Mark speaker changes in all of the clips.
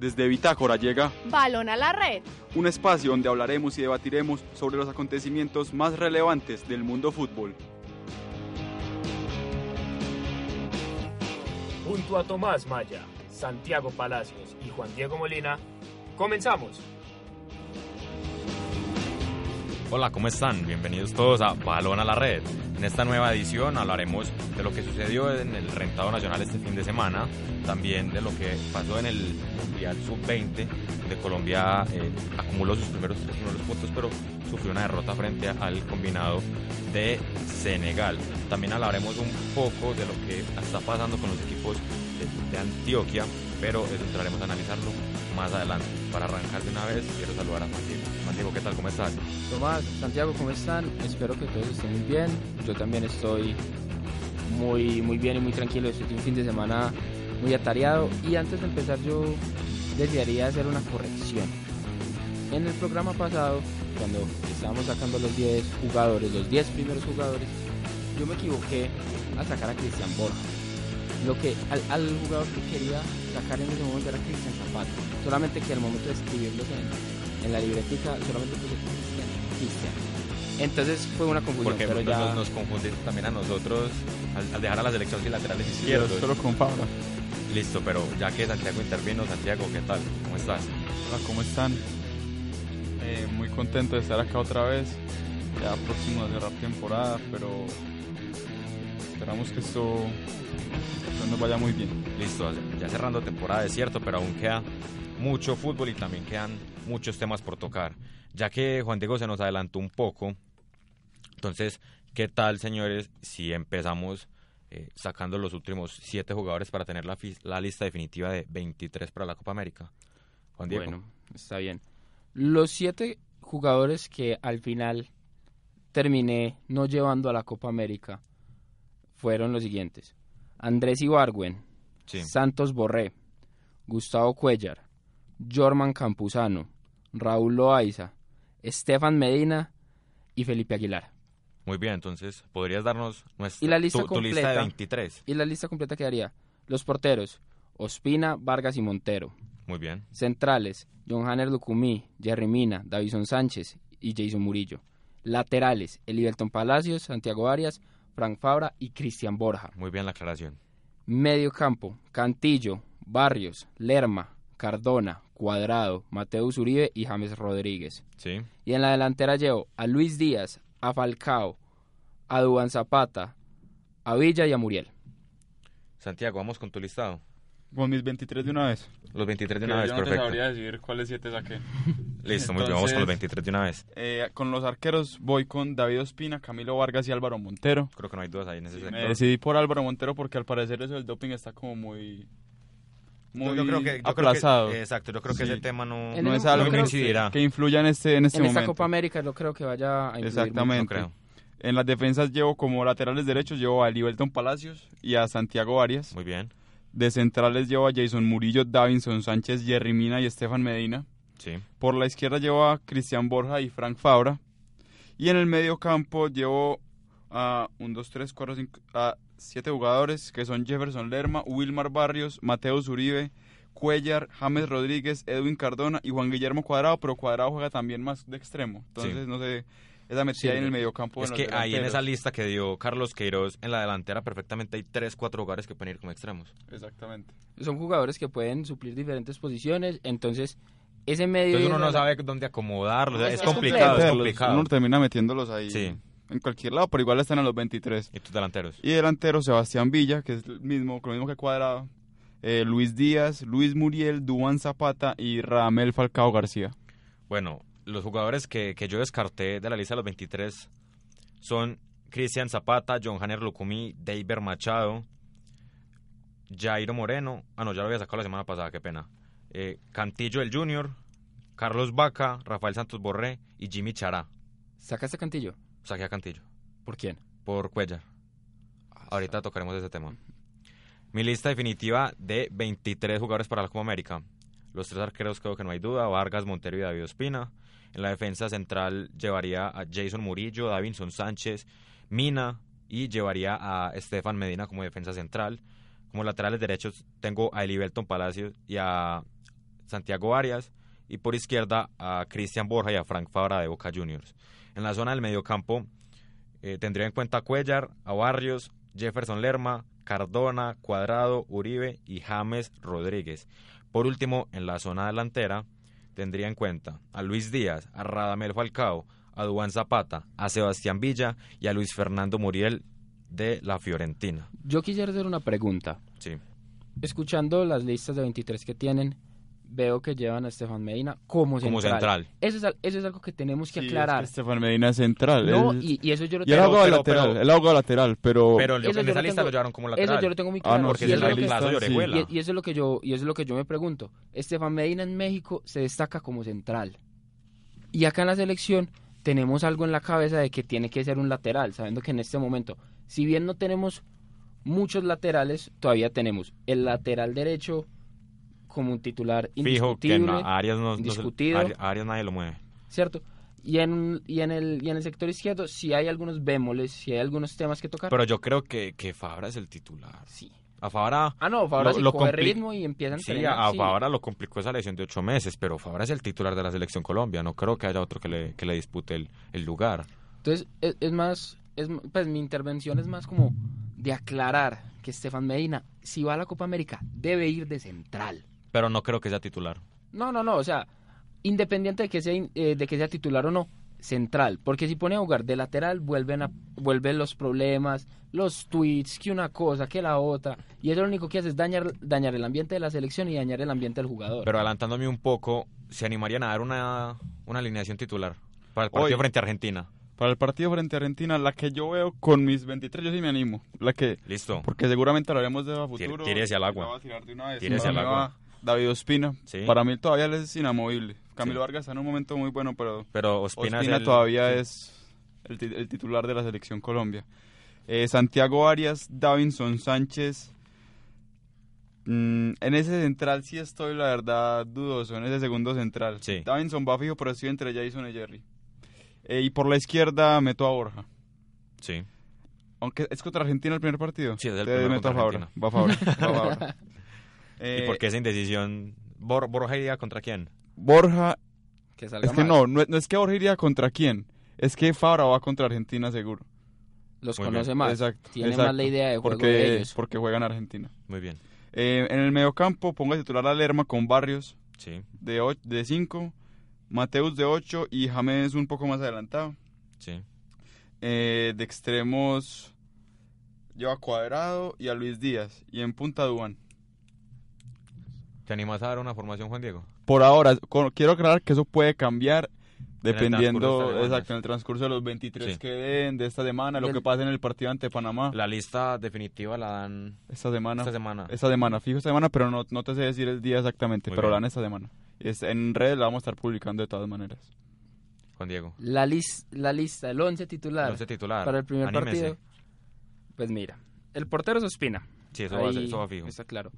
Speaker 1: Desde Bitácora llega
Speaker 2: Balón a la red.
Speaker 1: un espacio donde hablaremos y debatiremos sobre los acontecimientos más relevantes del mundo fútbol.
Speaker 3: Junto a Tomás Maya, Santiago Palacios y Juan Diego Molina, comenzamos.
Speaker 4: Hola, ¿cómo están? Bienvenidos todos a Balón a la Red. En esta nueva edición hablaremos de lo que sucedió en el Rentado Nacional este fin de semana, también de lo que pasó en el Mundial Sub-20, donde Colombia eh, acumuló sus primeros tres primeros puntos, pero sufrió una derrota frente al combinado de Senegal. También hablaremos un poco de lo que está pasando con los equipos de, de Antioquia, pero eso entraremos a analizarlo más adelante. Para arrancar de una vez, quiero saludar a Juan Diego. Juan Diego, ¿qué tal? ¿Cómo estás?
Speaker 5: Tomás, Santiago, ¿cómo están? Espero que todos estén muy bien. Yo también estoy muy, muy bien y muy tranquilo. Estoy un fin de semana muy atareado. Y antes de empezar, yo desearía hacer una corrección. En el programa pasado, cuando estábamos sacando los 10 jugadores, los 10 primeros jugadores, yo me equivoqué a sacar a Cristian Borja. Lo que al, al jugador que quería sacar en ese momento era Cristian Zapata. Solamente que al momento de escribirlos en, en la libretica, solamente puse Cristian. Cristian. Entonces fue una confusión.
Speaker 4: Porque
Speaker 5: pero
Speaker 4: nos,
Speaker 5: ya...
Speaker 4: nos confunde también a nosotros al, al dejar a las elecciones laterales izquierdos.
Speaker 1: solo con Paula.
Speaker 4: Listo, pero ya que Santiago intervino, Santiago, ¿qué tal? ¿Cómo estás?
Speaker 1: Hola, ¿cómo están? Eh, muy contento de estar acá otra vez. Ya próximo a cerrar temporada, pero esperamos que esto, esto nos vaya muy bien.
Speaker 4: Listo, ya cerrando temporada, es cierto, pero aún queda mucho fútbol y también quedan muchos temas por tocar. Ya que Juan Diego se nos adelantó un poco, entonces, ¿qué tal, señores, si empezamos eh, sacando los últimos siete jugadores para tener la, fis- la lista definitiva de 23 para la Copa América? Juan Diego.
Speaker 5: Bueno, está bien. Los siete jugadores que al final terminé no llevando a la Copa América fueron los siguientes. Andrés Ibargüen,
Speaker 4: sí.
Speaker 5: Santos Borré, Gustavo Cuellar, Jorman Campuzano, Raúl Loaiza, Estefan Medina y Felipe Aguilar.
Speaker 4: Muy bien, entonces, ¿podrías darnos nuestra,
Speaker 5: Y la lista
Speaker 4: tu, tu lista de
Speaker 5: completa.
Speaker 4: 23?
Speaker 5: Y la lista completa quedaría. Los porteros, Ospina, Vargas y Montero.
Speaker 4: Muy bien.
Speaker 5: Centrales, John Hanner Lucumí, Jerry Mina, Davison Sánchez y Jason Murillo. Laterales, Eliberton Palacios, Santiago Arias, Frank Fabra y Cristian Borja.
Speaker 4: Muy bien la aclaración.
Speaker 5: Medio campo, Cantillo, Barrios, Lerma, Cardona, Cuadrado, Mateo Uribe y James Rodríguez.
Speaker 4: Sí,
Speaker 5: Y en la delantera llevo a Luis Díaz, a Falcao, a Duan Zapata, a Villa y a Muriel.
Speaker 4: Santiago, vamos con tu listado.
Speaker 1: Con mis 23 de una vez.
Speaker 4: Los 23 de
Speaker 6: Que
Speaker 4: una vez,
Speaker 6: yo no te
Speaker 4: perfecto.
Speaker 6: sabría decir cuáles siete saqué.
Speaker 4: Listo, muy bien, vamos con los
Speaker 6: Entonces-
Speaker 4: 23 de una vez.
Speaker 1: Eh, con los arqueros voy con David Ospina, Camilo Vargas y Álvaro Montero.
Speaker 4: Creo que no hay dudas ahí en ese
Speaker 1: Me
Speaker 4: sector.
Speaker 1: decidí por Álvaro Montero porque al parecer eso del doping está como muy, muy
Speaker 4: creo que-
Speaker 1: aplazado.
Speaker 4: exacto, yo creo que
Speaker 1: Sí.
Speaker 4: ese tema no,
Speaker 5: En
Speaker 1: no
Speaker 5: el-
Speaker 1: es algo
Speaker 5: no
Speaker 4: que
Speaker 1: que,
Speaker 5: creo
Speaker 4: incidirá.
Speaker 1: que influya en este, en este
Speaker 5: en
Speaker 1: momento.
Speaker 5: esta Copa América no creo que vaya a influir mucho.
Speaker 1: Exactamente.
Speaker 4: No creo.
Speaker 1: En las defensas llevo como laterales derechos llevo a Liberton Palacios y a Santiago Arias.
Speaker 4: Muy bien,
Speaker 1: De centrales llevo a Jason Murillo, Davinson Sánchez, Jerry Mina y Estefan Medina.
Speaker 4: sí.
Speaker 1: Por la izquierda llevo a Cristian Borja y Frank Fabra. Y en el medio campo llevo a 1, 2, 3, 4, 5, a 7 jugadores que son Jefferson Lerma, Wilmar Barrios, Mateo Zuribe, Cuellar, James Rodríguez, Edwin Cardona y Juan Guillermo Cuadrado, pero Cuadrado juega también más de extremo. Entonces, no sé, esa metida ahí en el medio campo.
Speaker 4: es que ahí en esa lista que dio Carlos Queiroz, en la delantera perfectamente hay 3, 4 jugadores que pueden ir como extremos.
Speaker 1: Exactamente.
Speaker 5: son jugadores que pueden suplir diferentes posiciones, entonces ese medio
Speaker 4: Entonces
Speaker 5: y
Speaker 4: uno
Speaker 5: esa-
Speaker 4: no sabe dónde acomodarlos,
Speaker 5: No,
Speaker 4: es,
Speaker 5: Pues es
Speaker 4: complicado, Ah, es
Speaker 1: Meterlos,
Speaker 4: complicado.
Speaker 1: Uno termina metiéndolos ahí
Speaker 4: Sí,
Speaker 1: en cualquier lado, pero igual están a los 23.
Speaker 4: y tus delanteros.
Speaker 1: Y delantero Sebastián Villa, que es el mismo, lo mismo que Cuadrado. eh, Luis Díaz, Luis Muriel, Duan Zapata y Ramel Falcao García.
Speaker 4: Bueno, los jugadores que, que yo descarté de la lista de los 23 son Cristian Zapata, John Hanner Lucumí, David Machado, Jairo Moreno. Ah, no, ya lo había sacado la semana pasada, qué pena. Eh, Cantillo el Junior, Carlos Vaca, Rafael Santos Borré y Jimmy Chará.
Speaker 5: ¿Sacaste este Cantillo?
Speaker 4: Saqué a Cantillo
Speaker 5: ¿Por quién?
Speaker 4: por Cuellar. Ahorita tocaremos ese tema. Mi lista definitiva de 23 jugadores para la Copa América. Los tres arqueros creo que no hay duda, Vargas, Montero y David Ospina. En la defensa central llevaría a Jason Murillo, Davinson Sánchez, Mina y llevaría a Estefan Medina como defensa central. Como laterales derechos tengo a Elibelton Palacios y a Santiago Arias y por izquierda a Cristian Borja y a Frank Fabra de Boca Juniors. En la zona del mediocampo eh, tendría en cuenta a Cuellar, a Barrios, Jefferson Lerma, Cardona, Cuadrado, Uribe y James Rodríguez. Por último, en la zona delantera tendría en cuenta a Luis Díaz, a Radamel Falcao, a Duan Zapata, a Sebastián Villa y a Luis Fernando Muriel de la Fiorentina.
Speaker 5: Yo quisiera hacer una pregunta.
Speaker 4: Sí.
Speaker 5: Escuchando las listas de 23 que tienen, veo que llevan a Estefan Medina como central.
Speaker 4: Como central.
Speaker 5: Eso, es, al- eso es algo que tenemos que
Speaker 1: Sí, es
Speaker 5: aclarar.
Speaker 1: que Estefan Medina es central.
Speaker 5: no,
Speaker 1: él-
Speaker 5: y, y eso yo lo
Speaker 1: y él
Speaker 5: tengo.
Speaker 4: ahora-
Speaker 1: abogado
Speaker 4: pero-
Speaker 1: lateral,
Speaker 4: pero-
Speaker 1: él abogado lateral, pero...
Speaker 4: Pero en
Speaker 5: eso
Speaker 4: esa
Speaker 5: yo lo
Speaker 4: lista
Speaker 5: tengo-
Speaker 4: lo llevaron como lateral.
Speaker 5: Eso yo lo tengo muy
Speaker 1: Ah,
Speaker 5: claro.
Speaker 1: no,
Speaker 4: porque
Speaker 5: y,
Speaker 1: sí,
Speaker 5: es
Speaker 1: la
Speaker 5: lo que,
Speaker 1: lista,
Speaker 4: Lazo y
Speaker 1: sí.
Speaker 4: Orejuela.
Speaker 5: y- y eso es lo que yo y eso es lo que yo me pregunto. Estefan Medina en México se destaca como central. Y acá en la selección tenemos algo en la cabeza de que tiene que ser un lateral, sabiendo que en este momento, si bien no tenemos muchos laterales, todavía tenemos el lateral derecho como un titular
Speaker 4: Fijo que
Speaker 5: indiscutible,
Speaker 4: no, a Arias no, no se-
Speaker 5: indiscutido.
Speaker 4: a- a Arias nadie lo mueve.
Speaker 5: ¿cierto? Y en, y, en el, y en el sector izquierdo sí hay algunos bémoles, sí hay algunos temas que tocar.
Speaker 4: Pero yo creo que, que Fabra es el titular.
Speaker 5: sí.
Speaker 4: A Fabra...
Speaker 5: Ah, no, ahora
Speaker 4: Lo-
Speaker 5: sí
Speaker 4: lo
Speaker 5: coge
Speaker 4: compli-
Speaker 5: ritmo y empieza a
Speaker 4: Sí, ah,
Speaker 5: entrenar.
Speaker 4: a
Speaker 5: sí.
Speaker 4: Fabra lo complicó esa lesión de ocho meses, pero Fabra es el titular de la selección Colombia. No creo que haya otro que le, que le dispute el, el lugar.
Speaker 5: Entonces, e-, es, es más, es, m- pues mi intervención es más como de aclarar que Estefan Medina, si va a la Copa América, debe ir de central.
Speaker 4: Pero no creo que sea titular.
Speaker 5: No, no, no, o sea, independiente de que sea, in- eh, de que sea titular o no, central. Porque si pone a jugar de lateral, vuelven, a, vuelven los problemas, los tweets, que una cosa, que la otra. Y eso lo único que hace es dañar, dañar el ambiente de la selección y dañar el ambiente del jugador.
Speaker 4: Pero adelantándome un poco, ¿se animarían a dar una, una alineación titular para el partido
Speaker 1: Hoy.
Speaker 4: frente a Argentina?
Speaker 1: Para el partido frente a Argentina, la que yo veo con mis 23, yo sí me animo. La que...
Speaker 4: Listo.
Speaker 1: Porque seguramente hablaremos de eso a futuro.
Speaker 4: tire hacia el
Speaker 1: y
Speaker 4: agua.
Speaker 1: la voy a tirar de una vez.
Speaker 4: Tire hacia el
Speaker 1: Para mí
Speaker 4: agua.
Speaker 1: va David Ospina.
Speaker 4: Sí.
Speaker 1: Para mí todavía él es inamovible. Camilo
Speaker 4: Sí.
Speaker 1: Vargas está en un momento muy bueno, pero
Speaker 4: Pero
Speaker 1: Ospina,
Speaker 4: Ospina, es el-
Speaker 1: todavía es el, ti- el titular de la selección Colombia. Eh, Santiago Arias, Davinson Sánchez. Mm, en ese central sí estoy, la verdad, dudoso. En ese segundo central.
Speaker 4: Sí.
Speaker 1: Davinson va fijo, pero estoy entre Jason y Jerry. Eh, y por la izquierda meto a Borja.
Speaker 4: Sí.
Speaker 1: Aunque es contra Argentina el primer partido.
Speaker 4: Sí, es el
Speaker 1: Entonces
Speaker 4: primero
Speaker 1: meto a
Speaker 4: contra
Speaker 1: Fabra. Va a Fabra. va a Fabra.
Speaker 4: ¿Y
Speaker 1: Eh,
Speaker 4: por qué esa indecisión? Bor- ¿Borja iría contra quién?
Speaker 1: Borja
Speaker 5: que salga
Speaker 1: Es que
Speaker 5: mal.
Speaker 1: no, no, es- no es que Borja iría contra quién. Es que Fabra va contra Argentina seguro.
Speaker 5: Los
Speaker 4: Muy
Speaker 5: conoce
Speaker 4: bien.
Speaker 5: más.
Speaker 1: Exacto.
Speaker 5: Tiene
Speaker 1: exacto.
Speaker 5: más la idea de juego
Speaker 1: porque,
Speaker 5: de ellos.
Speaker 1: Porque juegan Argentina.
Speaker 4: Muy bien.
Speaker 1: Eh, en el mediocampo pongo a titular a Lerma con Barrios
Speaker 4: Sí,
Speaker 1: de 5, de cinco, Mateus de 8 y James un poco más adelantado.
Speaker 4: sí.
Speaker 1: Eh, de extremos lleva a Cuadrado y a Luis Díaz. Y en punta Duan.
Speaker 4: ¿Te animas a dar una formación, Juan Diego?
Speaker 1: Por ahora, con- quiero aclarar que eso puede cambiar
Speaker 4: transcurso de
Speaker 1: dependiendo,
Speaker 4: estas semanas.
Speaker 1: exacto, en el transcurso de los 23
Speaker 4: Sí.
Speaker 1: que den de esta semana, lo
Speaker 5: Del-
Speaker 1: que pase en el partido ante Panamá.
Speaker 4: La lista definitiva la dan
Speaker 1: Esta semana.
Speaker 4: esta semana.
Speaker 1: Esta semana, fijo esta semana, pero no, no te sé decir el día exactamente,
Speaker 4: Muy
Speaker 1: pero la
Speaker 4: bien.
Speaker 1: dan esta semana. Es, en redes la vamos a estar publicando de todas maneras.
Speaker 4: Juan Diego.
Speaker 5: La, lis- la lista, el once titular
Speaker 4: No sé titular.
Speaker 5: para el primer
Speaker 4: Anímese.
Speaker 5: partido. Pues mira, el portero es Ospina.
Speaker 4: Sí, eso, va, a ser-
Speaker 5: Ahí
Speaker 4: eso va fijo.
Speaker 5: Está claro.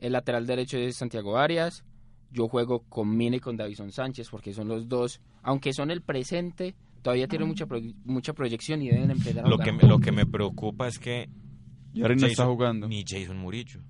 Speaker 5: El lateral derecho es Santiago Arias. Yo juego con Mina y con Davison Sánchez porque son los dos, aunque son el presente, todavía tienen mucha pro- mucha proyección y deben empezar a
Speaker 4: Lo
Speaker 5: jugar.
Speaker 4: que, me- lo que me preocupa es que
Speaker 1: Y ahora no
Speaker 4: Jason-
Speaker 1: está jugando.
Speaker 4: ni Jason Murillo.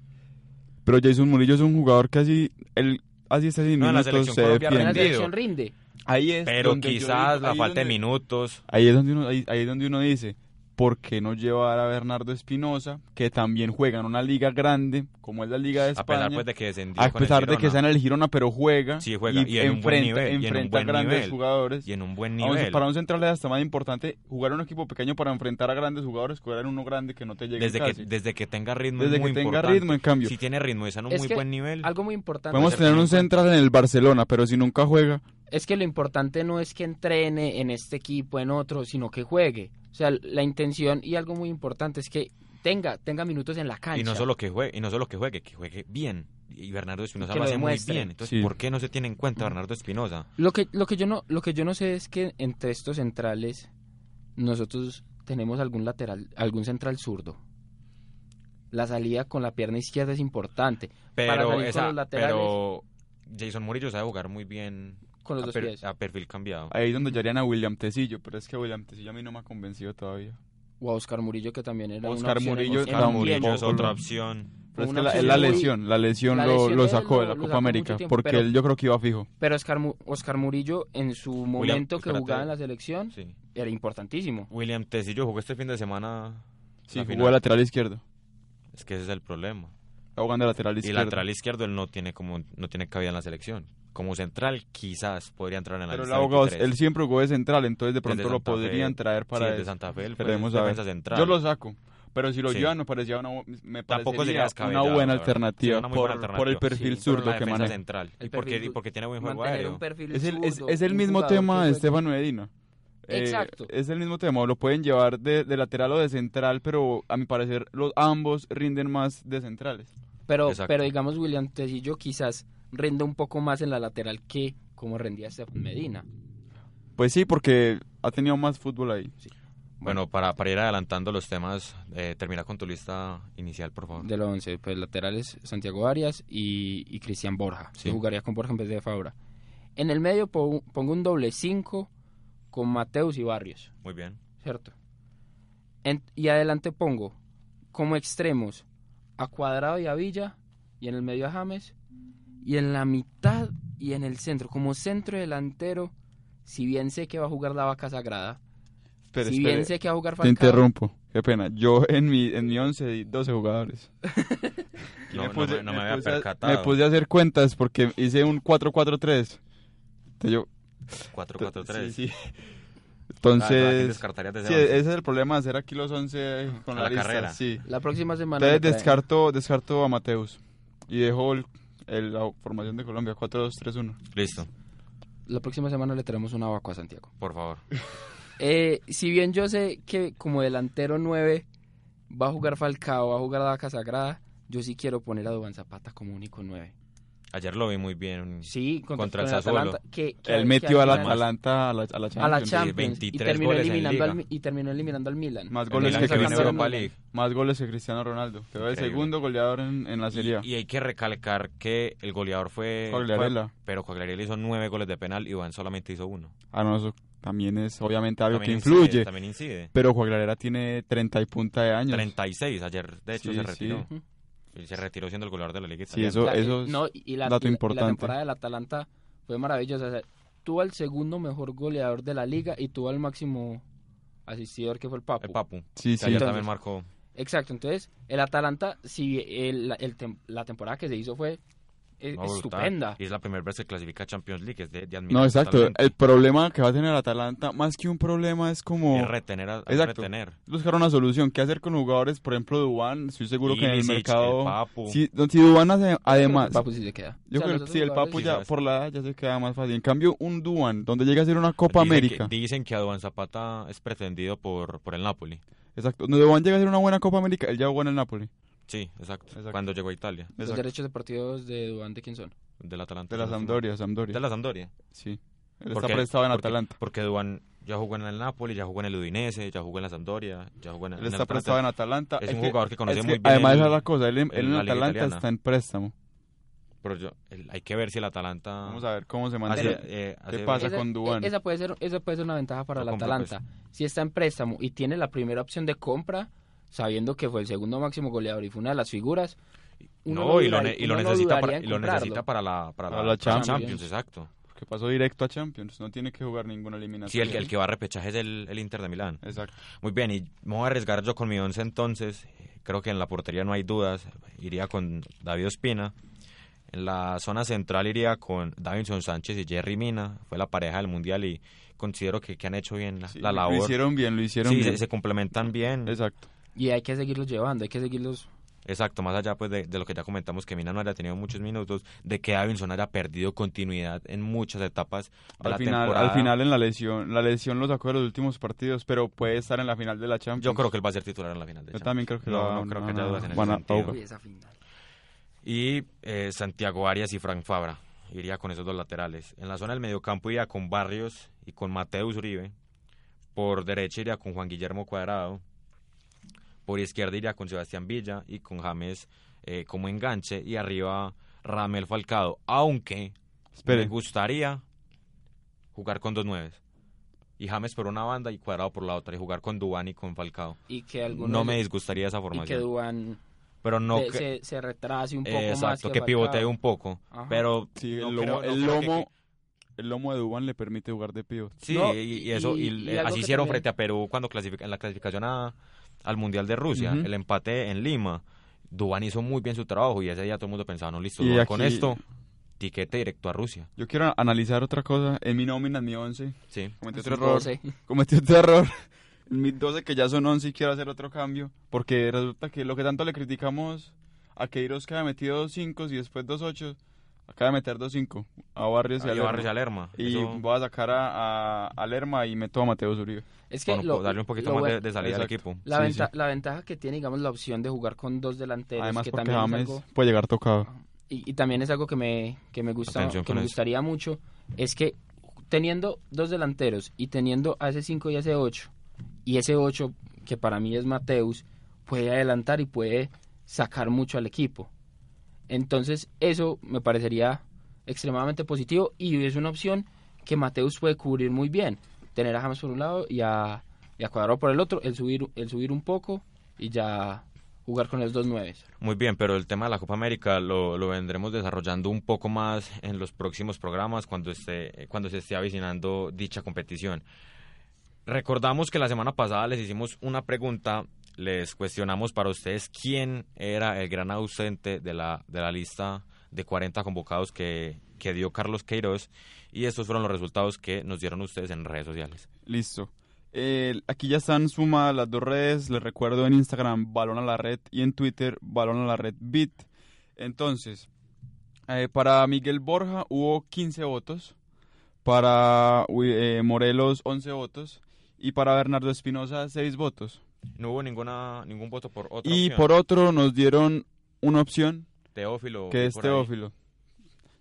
Speaker 1: Pero Jason Murillo es un jugador que así, él, así está sin
Speaker 4: No, en la
Speaker 1: minutos,
Speaker 4: selección
Speaker 1: se
Speaker 4: Colombia
Speaker 5: Pero
Speaker 1: defiende.
Speaker 5: la
Speaker 4: rendido.
Speaker 5: selección rinde.
Speaker 1: Ahí es
Speaker 4: Pero
Speaker 1: donde yo
Speaker 4: quizás
Speaker 1: digo-
Speaker 4: la
Speaker 1: ahí
Speaker 4: falta de
Speaker 1: donde-
Speaker 4: minutos.
Speaker 1: Ahí es donde uno, ahí, ahí es donde uno dice, ¿por qué no llevar a Bernardo Espinosa, que también juega en una liga grande, como es la Liga de
Speaker 4: A pesar
Speaker 1: España?
Speaker 4: pues, de que descendió
Speaker 1: A
Speaker 4: con el
Speaker 1: pesar de que
Speaker 4: Girona,
Speaker 1: está en el Girona, pero juega,
Speaker 4: Sí, juega, y en un buen nivel, y en un
Speaker 1: enfrenta
Speaker 4: buen
Speaker 1: grandes
Speaker 4: nivel.
Speaker 1: jugadores.
Speaker 4: Y en un buen
Speaker 1: Aún
Speaker 4: nivel.
Speaker 1: para un central es hasta más importante jugar en un equipo pequeño para enfrentar a grandes jugadores que jugar en uno grande que no te llegue
Speaker 4: Desde que,
Speaker 1: casi.
Speaker 4: desde que tenga ritmo es
Speaker 1: Desde
Speaker 4: muy
Speaker 1: que tenga
Speaker 4: importante.
Speaker 1: ritmo, en cambio.
Speaker 4: Si tiene ritmo, es a un
Speaker 5: Es
Speaker 4: muy
Speaker 5: que
Speaker 4: buen nivel.
Speaker 5: Algo muy importante
Speaker 1: Podemos
Speaker 4: ser
Speaker 1: tener un
Speaker 4: tenido en
Speaker 1: central en el Barcelona, pero si nunca juega,
Speaker 5: es que lo importante no es que entrene en este equipo, en otro, sino que juegue. O sea, la intención y algo muy importante es que tenga tenga minutos en la cancha.
Speaker 4: Y no solo que juegue, y no solo que juegue, que juegue bien. Y Bernardo Espinosa
Speaker 5: Que
Speaker 4: lo
Speaker 5: lo
Speaker 4: hace muy
Speaker 5: demuestre.
Speaker 4: bien. Entonces,
Speaker 1: Sí.
Speaker 4: ¿por qué no se tiene en cuenta Bernardo Espinosa?
Speaker 5: Lo que, lo que yo no, lo que yo no sé es que entre estos centrales nosotros tenemos algún lateral, algún central zurdo. La salida con la pierna izquierda es importante Para salir
Speaker 4: Pero,
Speaker 5: con
Speaker 4: esa,
Speaker 5: los laterales.
Speaker 4: pero Jason Murillo sabe jugar muy bien
Speaker 5: con los
Speaker 4: a,
Speaker 5: dos
Speaker 4: per-
Speaker 5: pies.
Speaker 4: a perfil cambiado.
Speaker 1: ahí es donde harían a William Tecillo, pero es que William Tecillo a mí no me ha convencido todavía.
Speaker 5: O a Oscar Murillo que también era una
Speaker 1: Oscar
Speaker 5: opción en-
Speaker 1: Murillo
Speaker 5: en
Speaker 4: Oscar
Speaker 5: un
Speaker 1: tampoco
Speaker 4: Murillo
Speaker 5: tiempo.
Speaker 4: es
Speaker 1: lo-
Speaker 4: otra opción.
Speaker 1: Pero es
Speaker 5: una
Speaker 1: que la,
Speaker 5: opción
Speaker 1: la
Speaker 5: muy-
Speaker 1: lesión, la lesión,
Speaker 5: la
Speaker 1: lo-
Speaker 5: lesión
Speaker 1: lo,
Speaker 5: de él
Speaker 1: sacó de la
Speaker 5: lo- lo
Speaker 1: Copa
Speaker 5: sacó
Speaker 1: América,
Speaker 5: mucho tiempo,
Speaker 1: porque
Speaker 5: pero-
Speaker 1: él yo creo que iba fijo.
Speaker 5: Pero Oscar, Mu- Oscar Murillo en su momento que
Speaker 4: espérate.
Speaker 5: jugaba en la selección
Speaker 4: Sí.
Speaker 5: era importantísimo.
Speaker 4: William Tecillo jugó este fin de semana.
Speaker 1: Sí,
Speaker 4: la
Speaker 1: jugó
Speaker 4: final.
Speaker 1: de lateral izquierdo.
Speaker 4: Es que ese es el problema.
Speaker 1: Está jugando de lateral
Speaker 4: Y
Speaker 1: izquierdo.
Speaker 4: lateral izquierdo él no tiene como no tiene cabida en la selección. Como central quizás podría entrar en la
Speaker 1: Pero el
Speaker 4: lista
Speaker 1: abogado,
Speaker 4: 23.
Speaker 1: él siempre jugó de central, entonces de pronto
Speaker 4: Desde
Speaker 1: lo
Speaker 4: Santa
Speaker 1: podrían
Speaker 4: Fe.
Speaker 1: traer para
Speaker 4: Sí,
Speaker 1: él.
Speaker 4: de Santa Fe, él fue
Speaker 1: Esperemos a ver.
Speaker 4: defensa central.
Speaker 1: Yo lo saco. Pero si lo
Speaker 4: Sí.
Speaker 1: llevan, me parecería una, me
Speaker 4: Tampoco sería
Speaker 1: parecería una
Speaker 4: descabellado,
Speaker 1: buena
Speaker 4: la verdad.
Speaker 1: alternativa,
Speaker 4: Sería una muy
Speaker 1: por,
Speaker 4: buena alternativa.
Speaker 1: por el perfil
Speaker 5: Sí,
Speaker 4: Por la
Speaker 1: zurdo que
Speaker 4: defensa
Speaker 1: maneja.
Speaker 4: central.
Speaker 5: El
Speaker 4: y porque,
Speaker 5: perfil-
Speaker 4: y porque tiene buen juego
Speaker 5: Mantener
Speaker 4: aéreo.
Speaker 5: un perfil
Speaker 1: Es el, es,
Speaker 5: zurdo,
Speaker 1: es el
Speaker 5: un
Speaker 1: mismo
Speaker 5: jugador
Speaker 1: tema
Speaker 5: que
Speaker 1: de
Speaker 5: juegue-
Speaker 1: Estefano Medina. Eh,
Speaker 5: Exacto.
Speaker 1: es el mismo tema, lo pueden llevar de, de lateral o de central, pero a mi parecer los ambos rinden más de centrales.
Speaker 5: Pero,
Speaker 4: Exacto.
Speaker 5: pero digamos, William Tecillo quizás renda un poco más en la lateral que como rendía Estefan Medina.
Speaker 1: Pues sí, porque ha tenido más fútbol ahí.
Speaker 4: Bueno, para, para ir adelantando los temas, eh, termina con tu lista inicial, por favor.
Speaker 5: De los 11, pues laterales Santiago Arias y, y Cristian Borja.
Speaker 4: Sí.
Speaker 5: que Jugaría con Borja en vez de Fabra. En el medio po- pongo un doble 5 con Mateus y Barrios,
Speaker 4: Muy bien.
Speaker 5: ¿cierto? En- y adelante pongo como extremos a Cuadrado y a Villa, y en el medio a James, y en la mitad y en el centro, como centro delantero, si bien sé que va a jugar la vaca sagrada,
Speaker 1: Espere,
Speaker 5: si
Speaker 1: espere,
Speaker 5: bien sé que va a jugar
Speaker 1: Te
Speaker 5: Falcao,
Speaker 1: interrumpo, qué pena. Yo en mi, en mi 11 di 12 jugadores. Y
Speaker 4: No, no me, no me había
Speaker 1: puse a-
Speaker 4: percatado.
Speaker 1: me puse a hacer cuentas porque hice un 4-4-3. Entonces yo-
Speaker 4: 4-4-3.
Speaker 1: Sí, sí.
Speaker 4: Ah, ¿quién
Speaker 1: Entonces,
Speaker 4: descartarías de ese
Speaker 1: sí,
Speaker 4: once?
Speaker 1: ese es el problema de hacer aquí los 11 con la,
Speaker 4: A la
Speaker 1: lista.
Speaker 4: carrera.
Speaker 1: Sí.
Speaker 5: la próxima semana...
Speaker 1: Entonces
Speaker 5: le trae-
Speaker 1: descarto, descarto a Mateus y dejo el- el- la formación de Colombia 4-2-3-1.
Speaker 4: Listo,
Speaker 5: la próxima semana le traemos una vacua a Santiago.
Speaker 4: por favor.
Speaker 5: Eh, si bien yo sé que como delantero 9 va a jugar Falcao, va a jugar a la Casagrada, yo sí quiero poner a Dubán Zapata como único 9.
Speaker 4: Ayer lo vi muy bien.
Speaker 5: Sí, contra,
Speaker 4: Contra el
Speaker 5: con
Speaker 4: Sassuolo.
Speaker 5: Atalanta, que- que- que
Speaker 1: Él metió a la
Speaker 5: al final-
Speaker 1: Atalanta a la, a la Champions.
Speaker 5: a la
Speaker 1: Sí,
Speaker 5: Champions y
Speaker 4: 23
Speaker 5: terminó,
Speaker 4: goles en
Speaker 5: eliminando al,
Speaker 4: Liga.
Speaker 5: Mi- y terminó eliminando al Milan.
Speaker 1: Más
Speaker 4: El
Speaker 1: goles
Speaker 4: Milan
Speaker 1: que
Speaker 4: que vino a
Speaker 1: Cristiano
Speaker 4: Europa
Speaker 1: Ronaldo.
Speaker 4: League.
Speaker 1: Más goles que Cristiano Ronaldo. Quedó el
Speaker 4: Increíble.
Speaker 1: segundo goleador en, en la Serie A.
Speaker 4: Y, eh, y hay que recalcar que el goleador fue...
Speaker 1: Cuagliarella.
Speaker 4: fue- pero Cogliarella hizo nueve goles de penal y Iván solamente hizo uno.
Speaker 1: Ah, no, eso también es obviamente algo
Speaker 4: También
Speaker 1: que
Speaker 4: incide,
Speaker 1: influye.
Speaker 4: También incide.
Speaker 1: Pero Juaglarera tiene 30 y punta de años.
Speaker 4: 36, ayer de hecho
Speaker 1: Sí,
Speaker 4: se
Speaker 1: sí.
Speaker 4: retiró.
Speaker 5: Ujú.
Speaker 4: Y se retiró siendo el goleador de la liga
Speaker 1: Sí,
Speaker 4: italiana.
Speaker 1: eso,
Speaker 5: O sea, eh,
Speaker 1: eso es
Speaker 5: no, y- y la,
Speaker 1: dato
Speaker 5: y la- y
Speaker 1: importante.
Speaker 5: la temporada del Atalanta fue maravillosa. O sea, tuvo al segundo mejor goleador de la liga y tuvo al máximo asistidor que fue el Papu.
Speaker 4: El Papu.
Speaker 1: Sí,
Speaker 4: que
Speaker 1: sí.
Speaker 4: ayer
Speaker 5: Entonces-
Speaker 4: también marcó.
Speaker 5: Exacto, entonces el Atalanta, si el, el tem- la temporada que se hizo fue eh,
Speaker 4: No, brutal.
Speaker 5: estupenda.
Speaker 4: Y es la primera vez que clasifica a Champions League. Es de, de admirar
Speaker 1: No, exacto.
Speaker 4: totalmente.
Speaker 1: El problema que va a tener Atalanta, más que un problema, es como
Speaker 4: Es retener. a- es
Speaker 1: Exacto.
Speaker 4: retener.
Speaker 1: buscar una solución. ¿Qué hacer con jugadores? Por ejemplo, Dubán, estoy seguro que en el
Speaker 4: Ilicic,
Speaker 1: mercado...
Speaker 4: el Papu.
Speaker 1: Si, no, si Dubán hace- además...
Speaker 5: Papu sí se queda.
Speaker 1: Yo
Speaker 5: O sea,
Speaker 1: creo que
Speaker 5: los
Speaker 1: si el
Speaker 5: otros
Speaker 1: Papu ya
Speaker 4: jugadores-
Speaker 1: por la edad ya se queda más fácil. En cambio, un Dubán, donde llega a ser una Copa
Speaker 4: Dicen que-
Speaker 1: América.
Speaker 4: dicen que Aduan Zapata es pretendido por, por el Napoli.
Speaker 1: Exacto. No, Dubán llega a ser una buena Copa América, él ya jugó en el Napoli.
Speaker 4: Sí, exacto.
Speaker 1: Exacto.
Speaker 4: Cuando llegó a Italia,
Speaker 5: Los
Speaker 1: Exacto.
Speaker 5: derechos deportivos de Dubán, ¿de quién son?
Speaker 4: del Atalanta.
Speaker 1: De la Sampdoria,
Speaker 4: De
Speaker 1: Sampdoria.
Speaker 4: la Sampdoria.
Speaker 1: Sí. Él
Speaker 4: ¿Por
Speaker 1: está
Speaker 4: qué?
Speaker 1: prestado en
Speaker 4: Porque-
Speaker 1: Atalanta.
Speaker 4: Porque Duan ya jugó en el Napoli, ya jugó en el Udinese, ya jugó en la Sampdoria, ya jugó en el
Speaker 1: Él está prestado en Atalanta.
Speaker 4: Es un
Speaker 1: que-
Speaker 4: jugador que conoce
Speaker 1: es
Speaker 4: muy
Speaker 1: que
Speaker 4: bien
Speaker 1: Además,
Speaker 4: el-
Speaker 1: esa es la cosa. Él, en-
Speaker 4: el-
Speaker 1: él en
Speaker 4: la liga
Speaker 1: Atalanta
Speaker 4: italiana.
Speaker 1: está en préstamo.
Speaker 4: Pero yo, el- hay que ver si el Atalanta...
Speaker 1: Vamos a ver cómo se
Speaker 4: hace-
Speaker 1: mantiene.
Speaker 4: eh, hace-
Speaker 1: pasa? con Duván.
Speaker 5: e- Esa puede, ser, esa puede ser una ventaja para
Speaker 4: Lo
Speaker 5: el
Speaker 4: compra,
Speaker 5: Atalanta. Si está en préstamo y tiene la primera opción de compra, sabiendo que fue el segundo máximo goleador y fue una de las figuras, uno
Speaker 4: No, y lo,
Speaker 5: dudaría-
Speaker 4: ne- y lo
Speaker 5: uno no
Speaker 4: necesita,
Speaker 5: dudaría
Speaker 4: para,
Speaker 5: en
Speaker 4: y lo
Speaker 5: comprarlo.
Speaker 4: necesita para la, para
Speaker 1: Para
Speaker 4: la
Speaker 1: la Champions.
Speaker 4: exacto.
Speaker 1: Porque pasó directo a Champions. No tiene que jugar ninguna eliminatoria.
Speaker 4: Sí, el, el que va a repechaje es el, el Inter de Milán.
Speaker 1: Exacto.
Speaker 4: Muy bien, y me voy a arriesgar yo con mi once entonces. Creo que en la portería no hay dudas. Iría con David Ospina. En la zona central iría con Davinson Sánchez y Jerry Mina. Fue la pareja del Mundial y considero que, que han hecho bien la,
Speaker 1: Sí,
Speaker 4: la
Speaker 1: Lo
Speaker 4: labor.
Speaker 1: hicieron bien, lo hicieron
Speaker 4: sí,
Speaker 1: bien.
Speaker 4: se, se complementan bien.
Speaker 1: Exacto.
Speaker 5: Y hay que seguirlos llevando, hay que seguirlos.
Speaker 4: Exacto, más allá pues de, de lo que ya comentamos, que Mina no haya tenido muchos minutos, de que Davinson haya perdido continuidad en muchas etapas de la
Speaker 1: Al final,
Speaker 4: temporada.
Speaker 1: al final en la lesión. La lesión lo sacó de los últimos partidos, pero puede estar en la final de la Champions.
Speaker 4: Yo creo que él va a ser titular en la final. De
Speaker 1: Yo
Speaker 4: Champions.
Speaker 1: también creo que
Speaker 4: No,
Speaker 1: lo
Speaker 4: no creo que haya dudas en ese
Speaker 1: van a
Speaker 4: sentido.
Speaker 1: jugar.
Speaker 5: Uy, esa final.
Speaker 4: Y eh, Santiago Arias y Frank Fabra. Iría con esos dos laterales. En la zona del mediocampo iría con Barrios y con Mateus Uribe. Por derecha iría con Juan Guillermo Cuadrado. Por izquierda iría con Sebastián Villa y con James eh, como enganche. Y arriba Ramel Falcado. Aunque
Speaker 1: Espere.
Speaker 4: me gustaría jugar con dos nueves. Y James por una banda y Cuadrado por la otra. Y jugar con Dubán y con Falcado.
Speaker 5: Y que algunos.
Speaker 4: No me disgustaría esa
Speaker 5: y que
Speaker 4: formación.
Speaker 5: Dubán
Speaker 4: pero no
Speaker 5: se,
Speaker 4: que,
Speaker 5: se- se retrase un poco
Speaker 4: eh,
Speaker 5: más.
Speaker 4: exacto, que pivotee
Speaker 5: Falcao.
Speaker 4: un poco,
Speaker 5: Ajá.
Speaker 4: pero
Speaker 1: Sí,
Speaker 4: no
Speaker 1: el
Speaker 4: creo-
Speaker 1: lomo,
Speaker 4: no
Speaker 1: el,
Speaker 4: creo que-
Speaker 1: lomo el lomo de Dubán le permite jugar de pivot.
Speaker 4: Sí,
Speaker 5: No,
Speaker 4: y,
Speaker 5: y-
Speaker 4: y eso, y,
Speaker 5: y
Speaker 4: eh,
Speaker 5: algo
Speaker 4: así
Speaker 5: que
Speaker 4: hicieron
Speaker 5: también-
Speaker 4: frente a Perú cuando clasific- en la clasificación a- al Mundial de Rusia,
Speaker 1: Ujú.
Speaker 4: el empate en Lima. Dubán hizo muy bien su trabajo y ese día todo el mundo pensaba, no, listo,
Speaker 1: Y
Speaker 4: Duván con
Speaker 1: aquí-
Speaker 4: esto, tiquete directo a Rusia.
Speaker 1: Yo quiero analizar otra cosa. En mi nómina, en mi 11,
Speaker 4: Sí,
Speaker 1: cometí
Speaker 5: Sus
Speaker 1: otro error.
Speaker 5: 12.
Speaker 1: Cometí otro error. En mi 12, que ya son 11, y quiero hacer otro cambio. Porque resulta que lo que tanto le criticamos a Queiroz, que había metido dos 5 y después dos 8, acaba de meter dos 5 a Barrios y a
Speaker 4: a
Speaker 1: Lerma.
Speaker 4: Barrios y a Lerma.
Speaker 1: Y
Speaker 4: Eso-
Speaker 1: voy a sacar a, a, a Lerma y meto a Mateo Zuribe.
Speaker 5: Es que
Speaker 4: bueno,
Speaker 5: lo-
Speaker 4: po- darle un poquito
Speaker 5: lo
Speaker 4: más
Speaker 5: bueno-
Speaker 4: de, de salida al
Speaker 1: Exacto.
Speaker 4: equipo.
Speaker 5: La,
Speaker 1: Sí,
Speaker 5: venta-
Speaker 1: sí.
Speaker 5: la ventaja que tiene, digamos, la opción de jugar con dos delanteros,
Speaker 1: Además,
Speaker 5: que
Speaker 1: porque
Speaker 5: también es
Speaker 1: James
Speaker 5: algo-
Speaker 1: puede llegar tocado.
Speaker 5: y, y también es algo que me, que me gusta,
Speaker 4: Atención
Speaker 5: que
Speaker 4: con
Speaker 5: me
Speaker 4: eso.
Speaker 5: gustaría mucho, es que teniendo dos delanteros y teniendo a ese 5 y a ese 8, y ese 8 que para mí es Mateus, puede adelantar y puede sacar mucho al equipo. Entonces eso me parecería extremadamente positivo y es una opción que Mateus puede cubrir muy bien. Tener a James por un lado y a, y a Cuadrado por el otro, el subir, el subir un poco y ya jugar con los dos nueves.
Speaker 4: Muy bien, pero el tema de la Copa América lo, lo vendremos desarrollando un poco más en los próximos programas cuando, esté, eh, cuando se esté avicinando dicha competición. Recordamos que la semana pasada les hicimos una pregunta, les cuestionamos para ustedes quién era el gran ausente de la, de la lista de 40 convocados que, que dio Carlos Queiroz y estos fueron los resultados que nos dieron ustedes en redes sociales.
Speaker 1: Listo. Eh, aquí ya están sumadas las dos redes. Les recuerdo en Instagram, balón a la red, y en Twitter, balón a la red bit. Entonces, eh, para Miguel Borja hubo 15 votos. Para uy, eh, Morelos, 11 votos. Y para Bernardo Espinosa, 6 votos.
Speaker 4: No hubo ninguna, ningún voto por otro.
Speaker 1: Y por otro, nos dieron una opción,
Speaker 4: Teófilo.
Speaker 1: que es
Speaker 4: por ahí.
Speaker 1: Teófilo.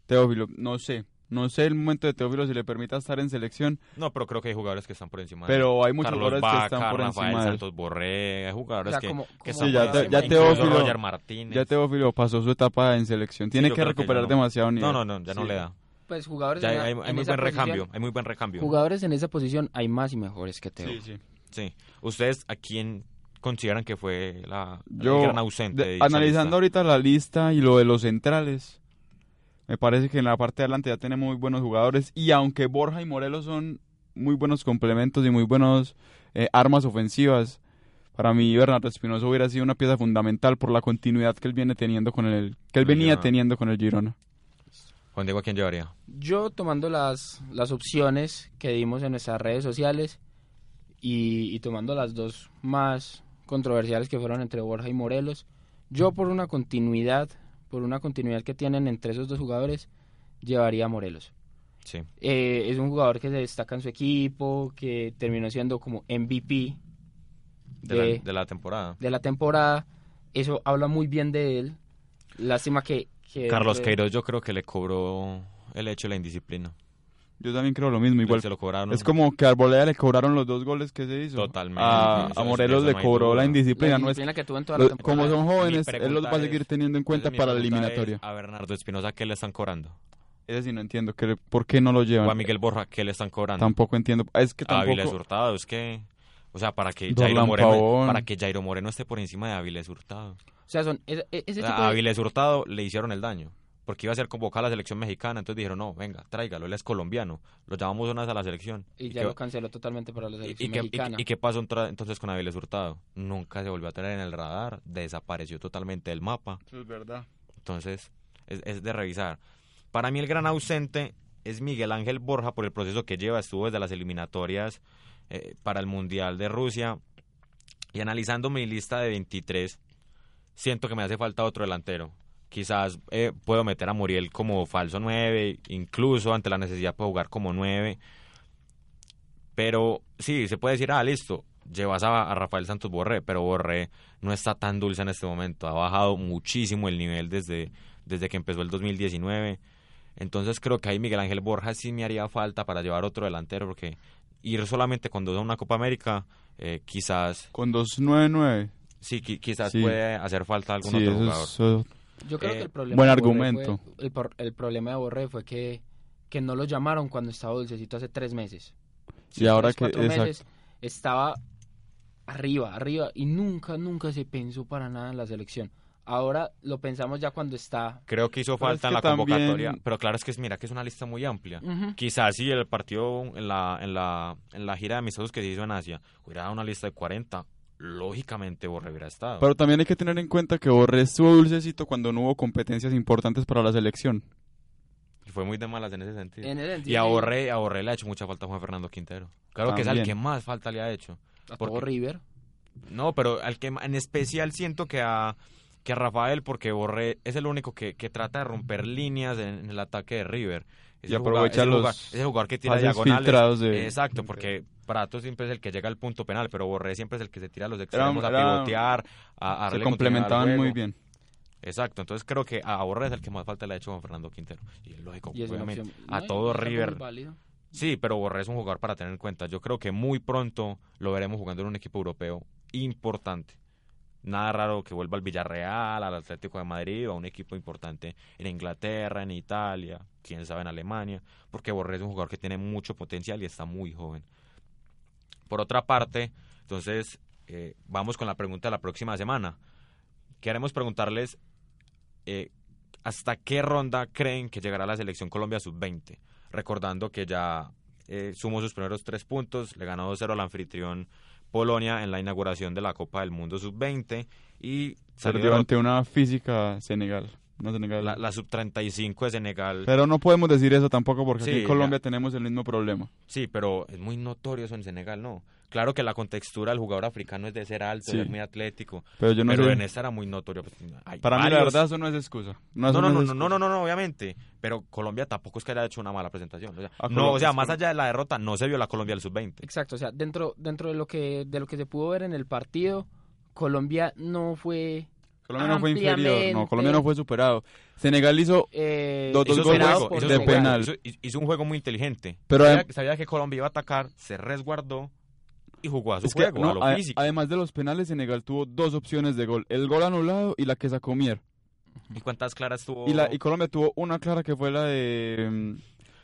Speaker 1: Teófilo, no sé. No sé el momento de Teófilo si le permita estar en selección,
Speaker 4: No, pero creo que hay jugadores que están por encima de él.
Speaker 1: pero hay muchos
Speaker 4: Carlos
Speaker 1: jugadores
Speaker 4: Vaca,
Speaker 1: que están por
Speaker 4: Rafael
Speaker 1: encima de él.
Speaker 4: Santos Borré, hay jugadores
Speaker 5: O sea,
Speaker 4: que,
Speaker 5: como-
Speaker 4: que
Speaker 5: como
Speaker 4: están
Speaker 1: Sí, ya
Speaker 4: por
Speaker 1: te-
Speaker 4: encima.
Speaker 1: ya
Speaker 4: Incluso
Speaker 1: Teófilo-
Speaker 4: Roger Martínez.
Speaker 1: Ya Teófilo pasó su etapa en selección. Tiene
Speaker 4: yo
Speaker 1: que
Speaker 4: creo que
Speaker 1: recuperar
Speaker 4: ya no.
Speaker 1: demasiado nivel.
Speaker 4: No, no, no, ya no
Speaker 1: Sí.
Speaker 4: le da.
Speaker 5: Pues jugadores
Speaker 4: Ya
Speaker 5: en
Speaker 4: hay,
Speaker 5: la-
Speaker 4: hay
Speaker 5: en
Speaker 4: muy
Speaker 5: esa
Speaker 4: buen
Speaker 5: posición-
Speaker 4: recambio, hay muy buen recambio.
Speaker 5: Jugadores en esa posición hay más y mejores que Teo.
Speaker 1: Sí, sí.
Speaker 4: Sí. ¿Ustedes a quién consideran que fue la
Speaker 1: Yo,
Speaker 4: el gran ausente?
Speaker 1: de-
Speaker 4: de dicha
Speaker 1: analizando
Speaker 4: lista?
Speaker 1: ahorita la lista y lo de los centrales, me parece que en la parte de adelante ya tenemos muy buenos jugadores. Y aunque Borja y Morelos son muy buenos complementos y muy buenos eh, armas ofensivas, para mí Bernardo Espinosa hubiera sido una pieza fundamental por la continuidad que él viene teniendo con el que él
Speaker 4: Con el
Speaker 1: venía
Speaker 4: Girona.
Speaker 1: teniendo con el Girona.
Speaker 4: Juan Diego, ¿a quién llevaría?
Speaker 5: Yo tomando las, las opciones que dimos en nuestras redes sociales y, y tomando las dos más controversiales que fueron entre Borja y Morelos, yo por una continuidad, por una continuidad que tienen entre esos dos jugadores, llevaría a Morelos.
Speaker 4: Sí.
Speaker 5: Eh, es un jugador que se destaca en su equipo, que terminó siendo como MVP
Speaker 4: De,
Speaker 5: Eh,
Speaker 4: la, de la temporada.
Speaker 5: de la temporada. Eso habla muy bien de él. Lástima que... que-
Speaker 4: Carlos
Speaker 5: que-
Speaker 4: Queiroz yo creo que le cobró el hecho de la indisciplina.
Speaker 1: Yo también creo lo mismo. Igual
Speaker 4: Se lo cobraron.
Speaker 1: Es como que a Arboleda le cobraron los dos goles que se hizo.
Speaker 4: Totalmente.
Speaker 1: A,
Speaker 4: Eso-
Speaker 1: a Morelos
Speaker 4: eso
Speaker 1: le
Speaker 4: no hay
Speaker 1: cobró
Speaker 4: duda.
Speaker 1: la
Speaker 5: La
Speaker 1: indisciplina. no es-
Speaker 5: disciplina que tuvo en toda la
Speaker 1: lo- como
Speaker 5: temporada.
Speaker 1: son jóvenes,
Speaker 4: Mi
Speaker 1: él los va a
Speaker 4: pregunta
Speaker 1: seguir
Speaker 4: es-
Speaker 1: teniendo en cuenta
Speaker 4: Entonces, mi
Speaker 1: para la
Speaker 4: pregunta es,
Speaker 1: eliminatoria.
Speaker 4: a Bernardo Espinosa, ¿qué le están cobrando?
Speaker 1: Ese sí no entiendo. que- ¿Por qué no lo
Speaker 4: O a
Speaker 1: llevan?
Speaker 4: Miguel Borja, ¿qué le están cobrando?
Speaker 1: Tampoco entiendo. Ah, Es que
Speaker 4: a Áviles
Speaker 1: tampoco.
Speaker 4: Hurtado, es que, o sea, para que
Speaker 1: Dorlan
Speaker 4: Jairo Moreno,
Speaker 1: Pavón.
Speaker 4: para que Jairo Moreno esté por encima de Áviles Hurtado.
Speaker 5: O sea, son e- e- ese
Speaker 4: O
Speaker 5: tipo
Speaker 4: sea, a
Speaker 5: de...
Speaker 4: Áviles Hurtado le hicieron el daño, porque iba a ser convocado a la selección mexicana, entonces dijeron, no, venga, tráigalo, él es colombiano, lo llamamos una vez a la selección.
Speaker 5: Y ya
Speaker 4: qué-
Speaker 5: lo canceló totalmente para la
Speaker 4: y-
Speaker 5: selección
Speaker 4: y qué- y-
Speaker 5: mexicana.
Speaker 4: y qué pasó entra- entonces con Áviles Hurtado? Nunca se volvió a tener en el radar, desapareció totalmente del mapa.
Speaker 1: Eso es verdad.
Speaker 4: Entonces, es, es de revisar. Para mí el gran ausente es Miguel Ángel Borja por el proceso que lleva, estuvo desde las eliminatorias eh, para el Mundial de Rusia. Y analizando mi lista de 23, siento que me hace falta otro delantero. Quizás eh, puedo meter a Muriel como falso 9, incluso ante la necesidad de jugar como 9. Pero sí, se puede decir, ah, listo, llevas a, a Rafael Santos Borré, pero Borré no está tan dulce en este momento. Ha bajado muchísimo el nivel desde, desde que empezó el 2019. Entonces creo que ahí Miguel Ángel Borja sí me haría falta para llevar otro delantero, porque ir solamente con dos a una Copa América, eh, quizás,
Speaker 1: Con 2-9-9.
Speaker 4: sí, qui- quizás
Speaker 1: Sí.
Speaker 4: puede hacer falta algún
Speaker 1: Sí,
Speaker 4: otro
Speaker 1: eso
Speaker 4: jugador.
Speaker 1: es. eso-
Speaker 5: Yo creo
Speaker 4: eh,
Speaker 5: que el problema
Speaker 1: buen
Speaker 5: de Borré
Speaker 1: argumento.
Speaker 5: fue- el, por- el problema de Borré fue que, que no lo llamaron cuando estaba Dulcecito hace tres meses.
Speaker 1: y ahora
Speaker 5: Tres,
Speaker 1: que.
Speaker 5: cuatro
Speaker 1: exacto.
Speaker 5: meses estaba arriba, arriba, y nunca, nunca se pensó para nada en la selección. Ahora lo pensamos ya cuando está.
Speaker 4: Creo que hizo
Speaker 1: Pero
Speaker 4: falta
Speaker 1: es
Speaker 4: en la
Speaker 1: que también-
Speaker 4: convocatoria. Pero claro, es que es- mira que es una lista muy amplia. Quizás sí, el partido en la, en la, en la gira de amistosos que se hizo en Asia hubiera dado una lista de 40. Lógicamente Borre hubiera estado.
Speaker 1: Pero también hay que tener en cuenta que Borré estuvo dulcecito cuando no hubo competencias importantes para la selección.
Speaker 4: Y fue muy de malas en ese sentido.
Speaker 5: En el
Speaker 4: Y
Speaker 5: sentido
Speaker 4: a
Speaker 5: que-
Speaker 4: Borré, a Borré le ha hecho mucha falta Juan Fernando Quintero. Claro que es al
Speaker 1: También.
Speaker 4: que más falta le ha hecho.
Speaker 5: a
Speaker 4: porque-
Speaker 5: todo River.
Speaker 4: No, pero al que en especial siento que a, que a Rafael, porque Borré es el único que, que trata de romper líneas en, en el ataque de River. Es
Speaker 1: Y
Speaker 4: el jugador-
Speaker 1: aprovecha
Speaker 4: es el
Speaker 1: los
Speaker 4: jugador- es el jugador que tira
Speaker 1: pases
Speaker 4: diagonales.
Speaker 1: filtrados de-
Speaker 4: Exacto, porque Prato siempre es el que llega al punto penal, pero Borré siempre es el que se tira a los
Speaker 1: Era un-
Speaker 4: extremos
Speaker 1: era-
Speaker 4: a pivotear, a, a
Speaker 1: Se
Speaker 4: darle continuidad al
Speaker 1: complementaban
Speaker 4: juego.
Speaker 1: muy bien.
Speaker 4: Exacto, entonces creo que a Borré es el que más falta le ha hecho Juan Fernando Quintero. Y es lógico,
Speaker 5: Y es una
Speaker 4: obviamente.
Speaker 5: opción-
Speaker 4: A
Speaker 5: no, y
Speaker 4: todo
Speaker 5: es algo muy
Speaker 4: River.
Speaker 5: válido.
Speaker 4: Sí, pero Borré es un jugador para tener en cuenta. Yo creo que muy pronto lo veremos jugando en un equipo europeo importante. Nada raro que vuelva al Villarreal, al Atlético de Madrid o a un equipo importante en Inglaterra, en Italia, quién sabe en Alemania, porque Borré es un jugador que tiene mucho potencial y está muy joven. Por otra parte, entonces eh, vamos con la pregunta de la próxima semana. Queremos preguntarles eh, hasta qué ronda creen que llegará la selección Colombia sub-20 recordando que ya eh, sumó sus primeros tres puntos, le ganó 2-0 al anfitrión Polonia en la inauguración de la Copa del Mundo Sub-20 y
Speaker 1: Perdió
Speaker 4: salió
Speaker 1: ante una física Senegal. No Senegal.
Speaker 4: la, la Sub-35 de Senegal.
Speaker 1: Pero no podemos decir eso tampoco porque
Speaker 4: Sí,
Speaker 1: aquí en Colombia tenemos el mismo problema.
Speaker 4: Sí, pero es muy notorio eso en Senegal, ¿no? Claro que la contextura del jugador africano es de ser alto,
Speaker 1: Sí.
Speaker 4: ser muy atlético,
Speaker 1: Pero yo no
Speaker 4: pero
Speaker 1: sé.
Speaker 4: en esta era muy notorio. pues, hay
Speaker 1: Para mí, la
Speaker 4: varios-
Speaker 1: verdad, eso no es excusa. No,
Speaker 4: No,
Speaker 1: eso
Speaker 4: no,
Speaker 1: es
Speaker 4: no, no,
Speaker 1: excusa.
Speaker 4: no, no, no, no, obviamente. Pero Colombia tampoco es que haya hecho una mala presentación. O sea,
Speaker 1: A Ah,
Speaker 4: no, o
Speaker 1: Colombia
Speaker 4: sea,
Speaker 1: es
Speaker 4: más
Speaker 1: Colombia.
Speaker 4: allá de la derrota, no se vio la Colombia del sub-20.
Speaker 5: Exacto, o sea, dentro, dentro de lo que, de lo que se pudo ver en el partido, Colombia no fue
Speaker 1: Colombia no fue inferior. No,
Speaker 5: Ampliamente.
Speaker 1: Colombia no fue superado. Senegal hizo.
Speaker 5: eh,
Speaker 1: Dos- dos
Speaker 4: Hizo su
Speaker 1: goles
Speaker 5: superado
Speaker 4: juego,
Speaker 5: por
Speaker 4: hizo
Speaker 1: de
Speaker 4: su
Speaker 5: Senegal.
Speaker 4: juego,
Speaker 1: penal.
Speaker 4: hizo- hizo un juego muy inteligente.
Speaker 1: Pero
Speaker 4: sabía,
Speaker 1: adem-
Speaker 4: sabía que Colombia iba a atacar, se resguardó y jugó a su
Speaker 1: es que,
Speaker 4: juego, a
Speaker 1: no,
Speaker 4: Pues lo
Speaker 1: ade-
Speaker 4: físico.
Speaker 1: además de los penales, Senegal tuvo dos opciones de gol: el gol anulado y la que sacó Mier.
Speaker 4: ¿Y cuántas claras tuvo?
Speaker 1: Y, la, y Colombia tuvo una clara que fue la de. mm,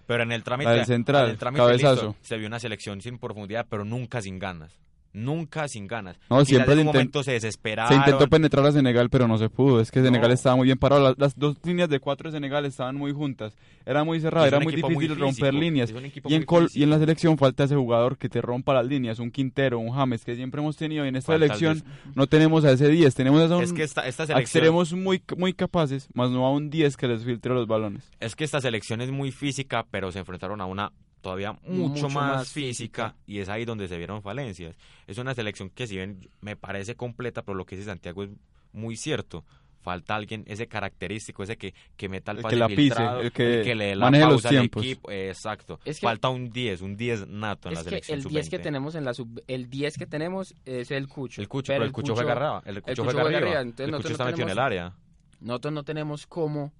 Speaker 4: pero en el trámite,
Speaker 1: la del central,
Speaker 4: en el trámite,
Speaker 1: cabezazo.
Speaker 4: listo, se vio una selección sin profundidad, pero nunca sin ganas. Nunca sin ganas.
Speaker 1: No,
Speaker 4: Quizás
Speaker 1: siempre
Speaker 4: en
Speaker 1: le
Speaker 4: un
Speaker 1: intent-
Speaker 4: momento se desesperaron.
Speaker 1: Se intentó penetrar a Senegal, pero no se pudo. Es que Senegal
Speaker 4: No.
Speaker 1: estaba muy bien parado. Las, las dos líneas de cuatro de Senegal estaban muy juntas. Era muy cerrado,
Speaker 4: Es
Speaker 1: era
Speaker 4: un
Speaker 1: muy
Speaker 4: equipo muy
Speaker 1: difícil romper
Speaker 4: físico,
Speaker 1: líneas.
Speaker 4: es un equipo
Speaker 1: Y en,
Speaker 4: muy
Speaker 1: col- y
Speaker 4: físico.
Speaker 1: en la selección falta ese jugador que te rompa las líneas, un Quintero, un James, que siempre hemos tenido. Y en esta
Speaker 4: Falta el
Speaker 1: selección no tenemos a ese 10, tenemos a un
Speaker 4: es que esta, esta selección
Speaker 1: extremos muy, muy capaces, más no a un 10 que les filtre los balones.
Speaker 4: Es que esta selección es muy física, pero se enfrentaron a una todavía mucho,
Speaker 5: Mucho
Speaker 4: más,
Speaker 5: más
Speaker 4: física,
Speaker 5: física.
Speaker 4: y es ahí donde se vieron falencias. Es una selección que si bien me parece completa, pero lo que dice Santiago es muy cierto. Falta alguien ese característico, ese que, que meta el
Speaker 1: El
Speaker 4: pase
Speaker 1: que la pise,
Speaker 4: filtrado,
Speaker 1: el que
Speaker 4: le dé la
Speaker 1: maneje los
Speaker 4: pausa al
Speaker 1: tiempos.
Speaker 4: equipo. eh, Exacto.
Speaker 5: Es que-
Speaker 4: Falta un 10, un 10 nato en la
Speaker 5: Es que
Speaker 4: selección
Speaker 5: el 10 que
Speaker 4: sub-20.
Speaker 5: tenemos en la sub, el 10 que tenemos es el Cucho.
Speaker 4: El Cucho, pero, el Cucho juega arriba, El Cucho
Speaker 5: Cucho
Speaker 4: juega
Speaker 5: juega
Speaker 4: arriba,
Speaker 5: arriba, entonces
Speaker 4: el
Speaker 5: nosotros
Speaker 4: Cucho
Speaker 5: no
Speaker 4: está metido en el
Speaker 5: tenemos-
Speaker 4: área.
Speaker 5: Nosotros no tenemos cómo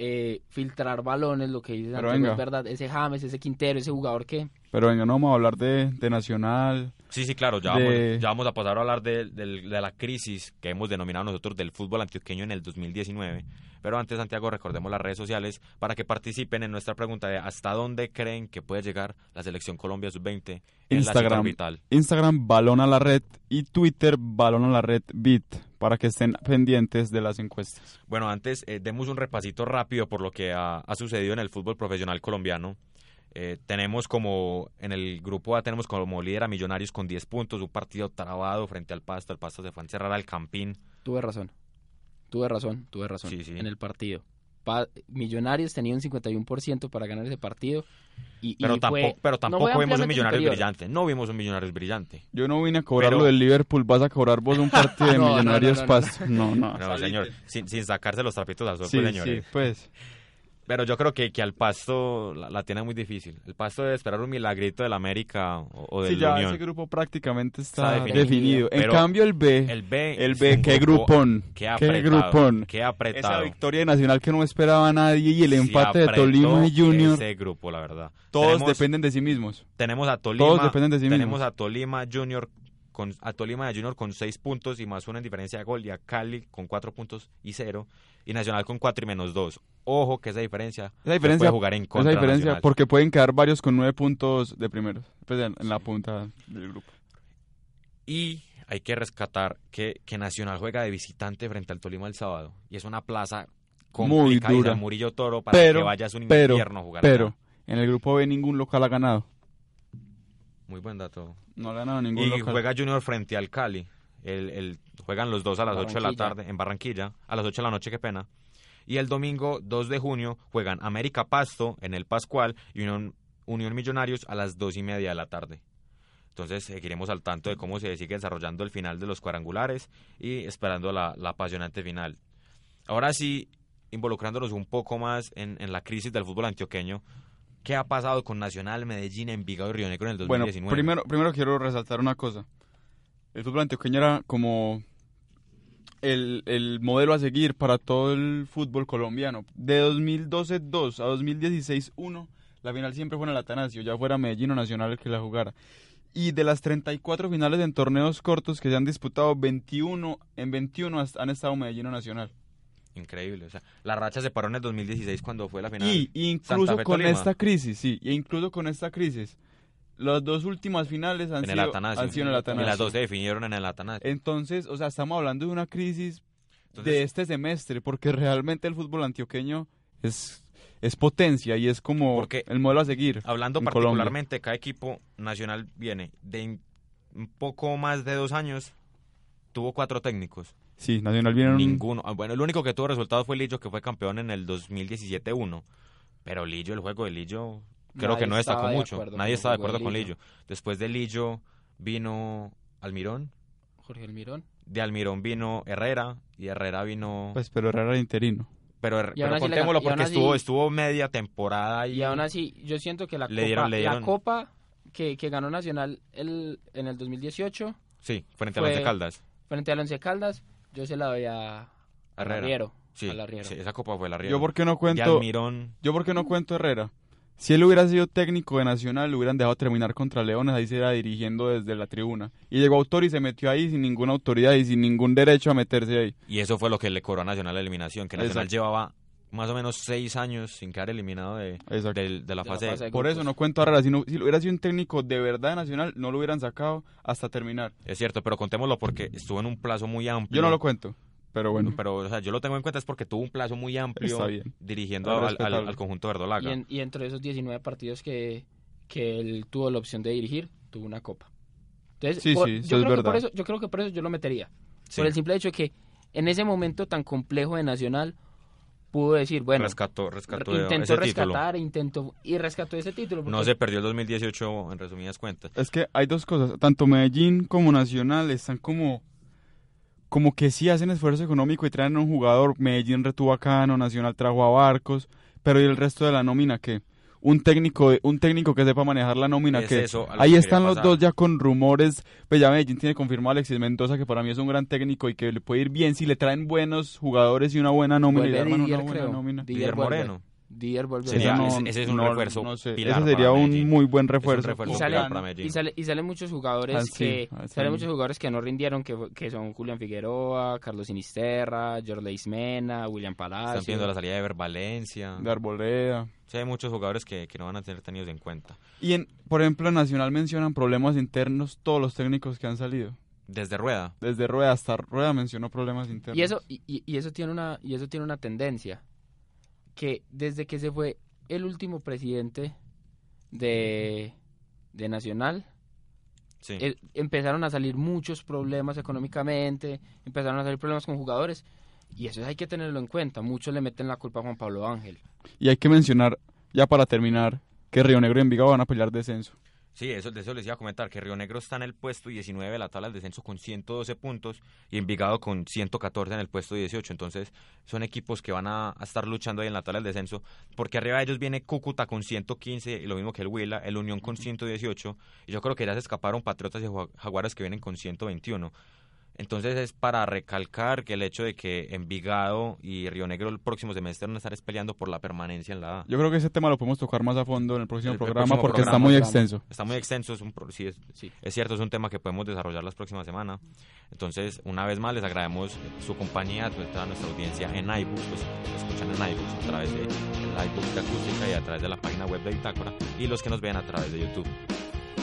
Speaker 5: eh, filtrar balones, lo que dice
Speaker 1: Pero
Speaker 5: Santiago,
Speaker 1: venga.
Speaker 5: es verdad. Ese James, ese Quintero, ese jugador que
Speaker 1: Pero venga, no vamos a hablar de, de Nacional.
Speaker 4: Sí, sí, claro, ya,
Speaker 1: de-
Speaker 4: vamos, ya vamos a pasar a hablar de, del- de la crisis que hemos denominado nosotros del fútbol antioqueño en el 2019. Pero antes, Santiago, recordemos las redes sociales para que participen en nuestra pregunta de hasta dónde creen que puede llegar la selección Colombia sub-20 en la cita
Speaker 1: Instagram.
Speaker 4: orbital.
Speaker 1: Instagram, balón a la red. Y Twitter, balón a la red, bit. Para que estén pendientes de las encuestas.
Speaker 4: Bueno, antes eh, demos un repasito rápido por lo que ha, ha sucedido en el fútbol profesional colombiano. Eh, tenemos como en el grupo A tenemos como líder a Millonarios con 10 puntos, un partido trabado frente al Pasto, el Pasto se fue a encerrar al Campín.
Speaker 5: tuve razón. Tuve razón, tuve razón
Speaker 4: Sí, sí.
Speaker 5: en el partido. Pa- Millonarios tenía un 51% para ganar ese partido. Y, y
Speaker 4: Pero
Speaker 5: fue-
Speaker 4: tampoco, pero
Speaker 5: no fue
Speaker 4: tampoco vimos un
Speaker 5: ampliamente
Speaker 4: millonario
Speaker 5: inferior.
Speaker 4: brillante. No vimos un millonario brillante.
Speaker 1: Yo no vine a cobrar
Speaker 4: Pero-
Speaker 1: lo del Liverpool, vas a cobrar vos un partido de
Speaker 5: No, no, no,
Speaker 1: Millonarios
Speaker 5: no, no.
Speaker 1: Pasto. No,
Speaker 5: Ah,
Speaker 1: no.
Speaker 4: No, señor, sin, sin sacarse los trapitos al sol,
Speaker 1: Sí,
Speaker 4: pues,
Speaker 1: sí,
Speaker 4: señores.
Speaker 1: pues.
Speaker 4: Pero yo creo que, que al Pasto la, la tiene muy difícil. El Pasto debe esperar un milagrito del América o, o de
Speaker 1: Sí,
Speaker 4: la
Speaker 1: ya ese
Speaker 4: Unión.
Speaker 1: grupo prácticamente está,
Speaker 4: Está
Speaker 1: definido.
Speaker 5: definido.
Speaker 1: En
Speaker 4: Pero
Speaker 1: cambio el B, el,
Speaker 4: El B, es
Speaker 1: B,
Speaker 4: un
Speaker 1: qué
Speaker 4: grupo
Speaker 1: grupón,
Speaker 4: Qué
Speaker 1: qué
Speaker 4: apretado.
Speaker 1: grupón.
Speaker 4: Qué
Speaker 1: Esa
Speaker 4: apretado.
Speaker 1: victoria de Nacional que no esperaba nadie y el
Speaker 4: Se
Speaker 1: empate de
Speaker 4: apretó
Speaker 1: Tolima y Junior,
Speaker 4: Ese grupo, la verdad.
Speaker 1: todos
Speaker 4: tenemos,
Speaker 1: dependen de sí mismos.
Speaker 4: tenemos a Tolima.
Speaker 1: Todos dependen de sí
Speaker 4: tenemos
Speaker 1: mismos.
Speaker 4: a Tolima Junior con a Tolima de Junior con seis puntos y más una en diferencia de gol y a Cali con cuatro puntos y cero y Nacional con cuatro y menos dos. Ojo que esa diferencia
Speaker 1: Esa
Speaker 4: se puede
Speaker 1: diferencia,
Speaker 4: jugar en
Speaker 1: esa
Speaker 4: contra. de
Speaker 1: diferencia,
Speaker 4: Nacional.
Speaker 1: porque pueden quedar varios con nueve puntos de primeros, pues en, en la punta del grupo.
Speaker 4: Y hay que rescatar que, que Nacional juega de visitante frente al Tolima el sábado. Y es una plaza
Speaker 1: Muy
Speaker 4: complicada
Speaker 1: dura.
Speaker 4: al Murillo Toro para
Speaker 1: Pero,
Speaker 4: que vayas un
Speaker 1: pero,
Speaker 4: invierno a jugar. acá.
Speaker 1: Pero en el grupo B ningún local ha ganado.
Speaker 4: Muy buen dato.
Speaker 1: No ha ganado ningún
Speaker 4: Y
Speaker 1: local.
Speaker 4: juega Junior frente al Cali. El, el- juegan los dos a las 8 de la
Speaker 5: Barranquilla.
Speaker 4: tarde en Barranquilla. A las 8 de la noche, qué pena. Y el domingo 2 de junio juegan América Pasto en el Pascual y Unión, Unión Millonarios a las 2 y media de la tarde. Entonces seguiremos al tanto de cómo se sigue desarrollando el final de los cuadrangulares y esperando la, la apasionante final. Ahora sí, involucrándonos un poco más en, en la crisis del fútbol antioqueño, ¿qué ha pasado con Nacional, Medellín, Envigado y Río Negro en el 2019?
Speaker 1: Bueno, primero, primero quiero resaltar una cosa. El fútbol antioqueño era como el, el modelo a seguir para todo el fútbol colombiano. De 2012-2 a 2016-1, la final siempre fue en el Atanasio, ya fuera Medellín o Nacional el que la jugara. Y de las 34 finales en torneos cortos que se han disputado, 21 en 21 has- han estado Medellín o Nacional.
Speaker 4: Increíble. O sea, la racha se paró en el 2016 cuando fue la final.
Speaker 1: Y incluso
Speaker 4: Santa Fe,
Speaker 1: con
Speaker 4: Tolima.
Speaker 1: esta crisis, sí, e incluso con esta crisis, las dos últimas finales han,
Speaker 4: en el
Speaker 1: sido,
Speaker 4: Atanasio.
Speaker 1: han sido en el Atanasio.
Speaker 4: Y las dos se definieron en el Atanasio.
Speaker 1: Entonces, o sea, estamos hablando de una crisis
Speaker 4: Entonces,
Speaker 1: de este semestre, porque realmente el fútbol antioqueño es, es potencia y es como
Speaker 4: Porque-
Speaker 1: el modelo a seguir.
Speaker 4: hablando
Speaker 1: en
Speaker 4: particularmente, de cada equipo nacional viene de in- un poco más de dos años. Tuvo cuatro técnicos.
Speaker 1: Sí, Nacional viene en un-
Speaker 4: Ninguno. ah, Bueno, el único que tuvo resultado fue Lillo, que fue campeón en el 2017-1. Pero Lillo, el juego de Lillo, creo
Speaker 5: Nadie
Speaker 4: que no destacó
Speaker 5: estaba de
Speaker 4: mucho.
Speaker 5: acuerdo con
Speaker 4: Nadie
Speaker 5: el
Speaker 4: estaba de
Speaker 5: juego de
Speaker 4: acuerdo con
Speaker 5: Lillo.
Speaker 4: Lillo. Después de Lillo vino Almirón.
Speaker 5: Jorge Almirón.
Speaker 4: De Almirón vino Herrera. Y Herrera vino.
Speaker 1: Pues, pero era el interino.
Speaker 4: Pero, er-
Speaker 5: Y aún
Speaker 4: pero
Speaker 5: así le gan-
Speaker 4: contémoslo
Speaker 5: y
Speaker 4: porque
Speaker 5: aún así-
Speaker 4: estuvo, estuvo media temporada y,
Speaker 5: Y aún así, yo siento que la
Speaker 4: Le
Speaker 5: copa,
Speaker 4: dieron- le dieron.
Speaker 5: La copa que, que ganó Nacional el, en el 2018
Speaker 4: sí, frente a
Speaker 5: fue-
Speaker 4: los de Caldas.
Speaker 5: frente al Once Caldas, yo se la doy a, a
Speaker 4: Herrera.
Speaker 5: Larriero.
Speaker 4: Sí,
Speaker 5: a Larriero.
Speaker 4: sí, esa copa fue la Riera.
Speaker 1: Yo porque no
Speaker 4: Y
Speaker 1: cuento,
Speaker 4: Almirón,
Speaker 1: yo porque no cuento Herrera. Si él hubiera sido técnico de Nacional, lo hubieran dejado terminar contra Leones, ahí se era dirigiendo desde la tribuna. Y llegó autor y se metió ahí sin ninguna autoridad y sin ningún derecho a meterse ahí.
Speaker 4: y eso fue lo que le cobró a Nacional la eliminación, que Nacional
Speaker 1: Exacto.
Speaker 4: llevaba más o menos seis años sin quedar eliminado de,
Speaker 1: Exacto.
Speaker 4: del- de la
Speaker 5: De la
Speaker 4: fase. E.
Speaker 5: fase E. de-
Speaker 1: Por eso no cuento a Herrera. Si, no- si hubiera sido un técnico de verdad de Nacional, no lo hubieran sacado hasta terminar.
Speaker 4: Es cierto, pero contémoslo porque estuvo en un plazo muy amplio.
Speaker 1: Yo no lo cuento, pero bueno.
Speaker 4: Pero o sea, yo lo tengo en cuenta es porque tuvo un plazo muy amplio
Speaker 1: Está bien.
Speaker 4: dirigiendo
Speaker 1: Está
Speaker 4: al, al-
Speaker 1: respetable.
Speaker 4: al conjunto verdolaga.
Speaker 5: Y, en- y entre esos 19 partidos que, que él tuvo la opción de dirigir, tuvo una copa. Entonces,
Speaker 1: Sí,
Speaker 5: por-
Speaker 1: sí, eso
Speaker 5: yo,
Speaker 1: es
Speaker 5: creo que
Speaker 1: verdad.
Speaker 5: por eso, yo creo que por eso yo lo metería.
Speaker 4: Sí,
Speaker 5: Por el simple hecho de que en ese momento tan complejo de Nacional pudo decir, bueno,
Speaker 4: rescató, rescató
Speaker 5: intentó
Speaker 4: ese título.
Speaker 5: rescatar, intentó y rescató ese título.
Speaker 4: No
Speaker 5: porque-
Speaker 4: se perdió el 2018 en resumidas cuentas.
Speaker 1: Es que hay dos cosas. Tanto Medellín como Nacional están como. Como que sí hacen esfuerzo económico y traen a un jugador. Medellín retuvo a Cano, Nacional trajo a Barcos. Pero ¿y el resto de la nómina que Un técnico, de- un técnico que sepa manejar la nómina
Speaker 4: Es
Speaker 1: que
Speaker 4: eso a lo
Speaker 1: Ahí
Speaker 4: que
Speaker 1: están
Speaker 4: quería
Speaker 1: los
Speaker 4: pasar.
Speaker 1: dos ya con rumores. Pues ya Medellín tiene confirmado a Alexis Mendoza, que para mí es un gran técnico y que le puede ir bien si le traen buenos jugadores y una buena nómina. y le
Speaker 5: Vuelve
Speaker 1: arman
Speaker 5: Didier,
Speaker 1: una buena
Speaker 5: creo.
Speaker 1: nómina.
Speaker 5: Didier
Speaker 4: Didier
Speaker 5: vuelve.
Speaker 4: Moreno.
Speaker 5: Didier vuelve.
Speaker 4: Sería-
Speaker 5: Eso no-
Speaker 4: ese- ese es un refuerzo pilar
Speaker 1: ese
Speaker 4: para
Speaker 1: sería un
Speaker 4: Medellín.
Speaker 1: muy buen refuerzo.
Speaker 4: refuerzo
Speaker 5: y,
Speaker 4: Fue
Speaker 5: sale,
Speaker 4: popular para Medellín.
Speaker 5: y, sale- y salen muchos jugadores
Speaker 1: Ah, sí,
Speaker 5: que
Speaker 1: ah, sí.
Speaker 5: salen muchos jugadores que no rindieron que, fue- que son Julián Figueroa, Carlos Sinisterra, Jorleis Mena, William
Speaker 4: Están
Speaker 5: Palacio.
Speaker 4: viendo la salida de Ever Valencia.
Speaker 1: De Arboleda.
Speaker 4: Sí, hay muchos jugadores que, que no van a ser tenidos en cuenta.
Speaker 1: Y en, por ejemplo, en Nacional mencionan problemas internos todos los técnicos que han salido.
Speaker 4: Desde Rueda.
Speaker 1: Desde Rueda hasta Rueda mencionó problemas internos.
Speaker 5: Y eso y, y- y eso tiene una y eso tiene una tendencia que desde que se fue el último presidente de de Nacional
Speaker 4: Sí.
Speaker 5: eh, empezaron a salir muchos problemas económicamente, empezaron a salir problemas con jugadores y eso hay que tenerlo en cuenta. Muchos le meten la culpa a Juan Pablo Ángel.
Speaker 1: Y hay que mencionar, ya para terminar, que Río Negro y Envigado van a pelear descenso.
Speaker 4: Sí, eso, de eso les iba a comentar, que Río Negro está en el puesto 19 de la tabla del descenso con 112 puntos y Envigado con 114 en el puesto 18. Entonces, son equipos que van a, a estar luchando ahí en la tabla del descenso, porque arriba de ellos viene Cúcuta con 115, y lo mismo que el Huila, el Unión con 118, y yo creo que ya se escaparon Patriotas y Jua- Jaguares que vienen con 121. Entonces es para recalcar que el hecho de que Envigado y Río Negro el próximo semestre van a estar es peleando por la permanencia en la A.
Speaker 1: Yo creo que ese tema lo podemos tocar más a fondo en el próximo
Speaker 4: El- el
Speaker 1: programa
Speaker 4: próximo
Speaker 1: porque está
Speaker 4: programa,
Speaker 1: muy
Speaker 5: programa.
Speaker 1: extenso.
Speaker 4: Está muy extenso, es un, pro- sí, es-
Speaker 5: Sí.
Speaker 4: Es cierto, es un tema que podemos desarrollar las próximas semanas. Entonces, una vez más, les agradecemos su compañía, a toda nuestra audiencia en iBooks, los que nos escuchan en iBooks a través de la iBooks de Acústica y a través de la página web de Itácora y los que nos ven a través de YouTube.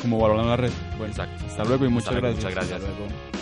Speaker 1: Como valoran la red. Bueno,
Speaker 4: Exacto.
Speaker 1: hasta luego y muchas
Speaker 4: Hasta luego,
Speaker 1: gracias.
Speaker 4: Muchas gracias.
Speaker 5: Luego,